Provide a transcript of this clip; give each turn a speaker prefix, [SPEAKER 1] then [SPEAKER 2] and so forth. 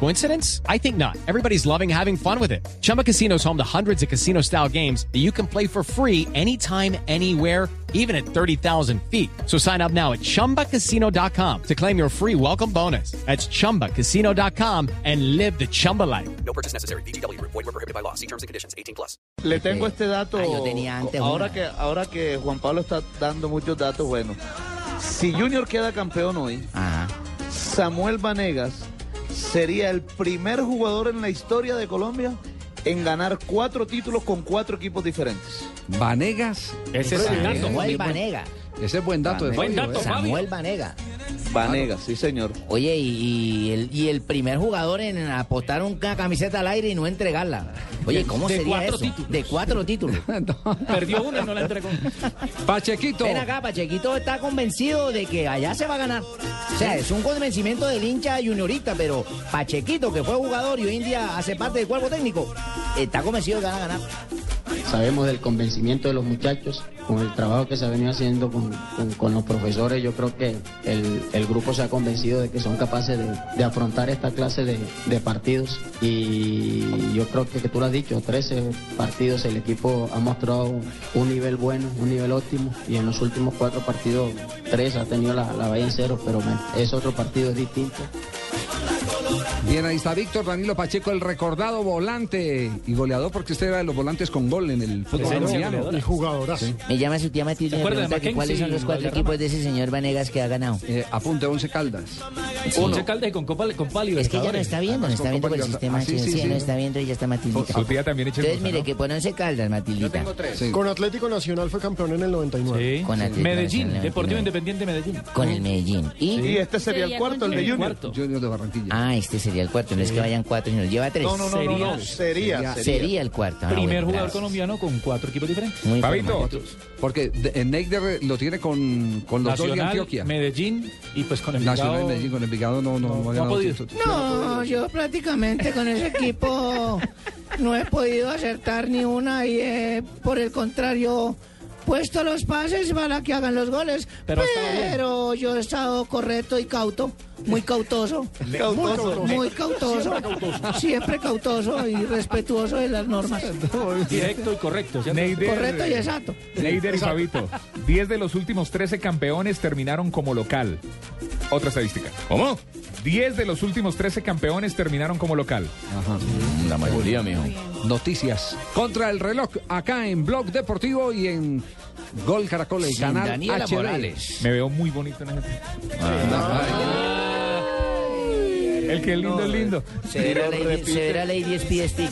[SPEAKER 1] Coincidence? I think not. Everybody's loving having fun with it. Chumba Casino is home to hundreds of casino style games that you can play for free anytime, anywhere even at 30,000 feet. So sign up now at ChumbaCasino.com to claim your free welcome bonus. That's ChumbaCasino.com and live the Chumba life.
[SPEAKER 2] No purchase necessary. BGW. Void were prohibited by law. See terms and conditions. 18 plus.
[SPEAKER 3] Le tengo este dato.
[SPEAKER 4] Ah, yo tenía antes
[SPEAKER 3] ahora
[SPEAKER 4] una.
[SPEAKER 3] que ahora que Juan Pablo está dando muchos datos buenos. Si Junior queda campeón hoy,
[SPEAKER 4] Ajá.
[SPEAKER 3] Samuel Vanegas sería el primer jugador en la historia de Colombia en ganar cuatro títulos con cuatro equipos diferentes.
[SPEAKER 5] Vanegas.
[SPEAKER 6] Ese es el dato.
[SPEAKER 4] Samuel Vanega.
[SPEAKER 5] Ese es buen dato. de
[SPEAKER 6] Buen
[SPEAKER 5] Fabio,
[SPEAKER 6] dato,
[SPEAKER 5] ¿eh?
[SPEAKER 4] Samuel Vanega.
[SPEAKER 3] Vanegas, sí señor.
[SPEAKER 4] Oye, y, y el, y el primer jugador en apostar una camiseta al aire y no entregarla. Oye, ¿cómo
[SPEAKER 6] de
[SPEAKER 4] sería
[SPEAKER 6] cuatro
[SPEAKER 4] eso?
[SPEAKER 6] títulos.
[SPEAKER 4] De cuatro títulos.
[SPEAKER 6] Perdió una y no la entregó.
[SPEAKER 5] Pachequito.
[SPEAKER 4] Ven acá, Pachequito está convencido de que allá se va a ganar. O sea, es un convencimiento del hincha juniorista, pero Pachequito, que fue jugador y hoy en día hace parte del cuerpo técnico, está convencido de que van a ganar.
[SPEAKER 7] sabemos del convencimiento de los muchachos, con el trabajo que se ha venido haciendo con, con- con los profesores, yo creo que el, el grupo se ha convencido de que son capaces de, de afrontar esta clase de, de partidos y yo creo que, que tú lo has dicho, 13 partidos, el equipo ha mostrado un, un nivel bueno, un nivel óptimo y en los últimos cuatro partidos, tres ha tenido la, la valla en cero, pero bueno, es otro partido es distinto.
[SPEAKER 5] Bien, ahí está Víctor Danilo Pacheco, el recordado volante y goleador, porque usted era de los volantes con gol en el fútbol
[SPEAKER 6] Presencia
[SPEAKER 5] colombiano.
[SPEAKER 6] goleadora.
[SPEAKER 4] Me llama su tía Matilde y me
[SPEAKER 6] acuerda de
[SPEAKER 4] pregunta que
[SPEAKER 6] Mackenzie
[SPEAKER 4] cuáles son
[SPEAKER 6] y
[SPEAKER 4] los cuatro
[SPEAKER 6] Valderrama?
[SPEAKER 4] equipos de ese señor Vanegas que ha ganado.
[SPEAKER 5] Eh, apunte, Once Caldas.
[SPEAKER 6] Once Caldas y con Copa, con Copa
[SPEAKER 4] Es que ya no
[SPEAKER 6] Libertadores.
[SPEAKER 4] está viendo, no está
[SPEAKER 5] con
[SPEAKER 4] viendo por el
[SPEAKER 5] Copa
[SPEAKER 4] sistema. Sí,
[SPEAKER 5] Libertadores. Ah, sí, sí,
[SPEAKER 4] sí, no
[SPEAKER 5] sí.
[SPEAKER 4] está viendo, ella está Matildita.
[SPEAKER 8] Su tía también echa el
[SPEAKER 4] Entonces, mire,
[SPEAKER 8] gusano.
[SPEAKER 4] que pone once caldas, Matildita.
[SPEAKER 5] Sí.
[SPEAKER 9] Con Atlético Nacional fue campeón en el 99.
[SPEAKER 6] Sí.
[SPEAKER 4] Con Atlético
[SPEAKER 6] Medellín,
[SPEAKER 4] Nacional,
[SPEAKER 6] Deportivo
[SPEAKER 4] Medellín.
[SPEAKER 6] Independiente Medellín.
[SPEAKER 4] Con el Medellín. Y,
[SPEAKER 3] Y este sería el cuarto, el de
[SPEAKER 6] El
[SPEAKER 3] Junior.
[SPEAKER 6] cuarto.
[SPEAKER 5] Junior de Barranquilla.
[SPEAKER 4] ah, este sería el cuarto. No es que vayan cuatro, sino lleva tres.
[SPEAKER 3] No, no, no, no, no, sería,
[SPEAKER 4] sería.
[SPEAKER 3] sería.
[SPEAKER 4] el cuarto. Ah,
[SPEAKER 6] Primer
[SPEAKER 4] bueno,
[SPEAKER 6] jugador
[SPEAKER 4] gracias.
[SPEAKER 6] colombiano con cuatro equipos diferentes.
[SPEAKER 4] Muy
[SPEAKER 8] Fabito,
[SPEAKER 4] formal.
[SPEAKER 5] Porque de- en Neider lo tiene con, con los dos de
[SPEAKER 6] Nacional,
[SPEAKER 5] Antioquia.
[SPEAKER 6] Medellín y pues con el
[SPEAKER 5] Nacional y Medellín con Envigado no, no,
[SPEAKER 6] No,
[SPEAKER 5] no,
[SPEAKER 6] no ha
[SPEAKER 5] ha ganado
[SPEAKER 6] podido.
[SPEAKER 5] título.
[SPEAKER 10] No, yo prácticamente con ese equipo no he podido acertar ni una y eh, por el contrario puesto los pases para que hagan los goles.
[SPEAKER 6] Pero
[SPEAKER 10] Pero,
[SPEAKER 6] ha estado bien.
[SPEAKER 10] yo he estado correcto y cauto, muy cautoso.
[SPEAKER 3] Cautoso.
[SPEAKER 10] Muy cautoso. Siempre cautoso y respetuoso de las normas.
[SPEAKER 6] Directo y correcto. ¿cierto?
[SPEAKER 8] Neider,
[SPEAKER 10] Correcto y exacto.
[SPEAKER 8] Neider y Fabito, 10 de los últimos 13 campeones terminaron como local. Otra estadística. ¿Cómo? 10 de los últimos 13 campeones terminaron como local.
[SPEAKER 5] Ajá.
[SPEAKER 2] La mayoría, mijo.
[SPEAKER 5] Noticias contra el reloj acá en Blog Deportivo y en Gol Caracol, el canal
[SPEAKER 2] Daniela
[SPEAKER 5] HD.
[SPEAKER 2] Morales.
[SPEAKER 8] Me veo muy bonito en ese. El que es lindo es lindo.
[SPEAKER 4] Se verá Lady- se verá Lady Speed Stick.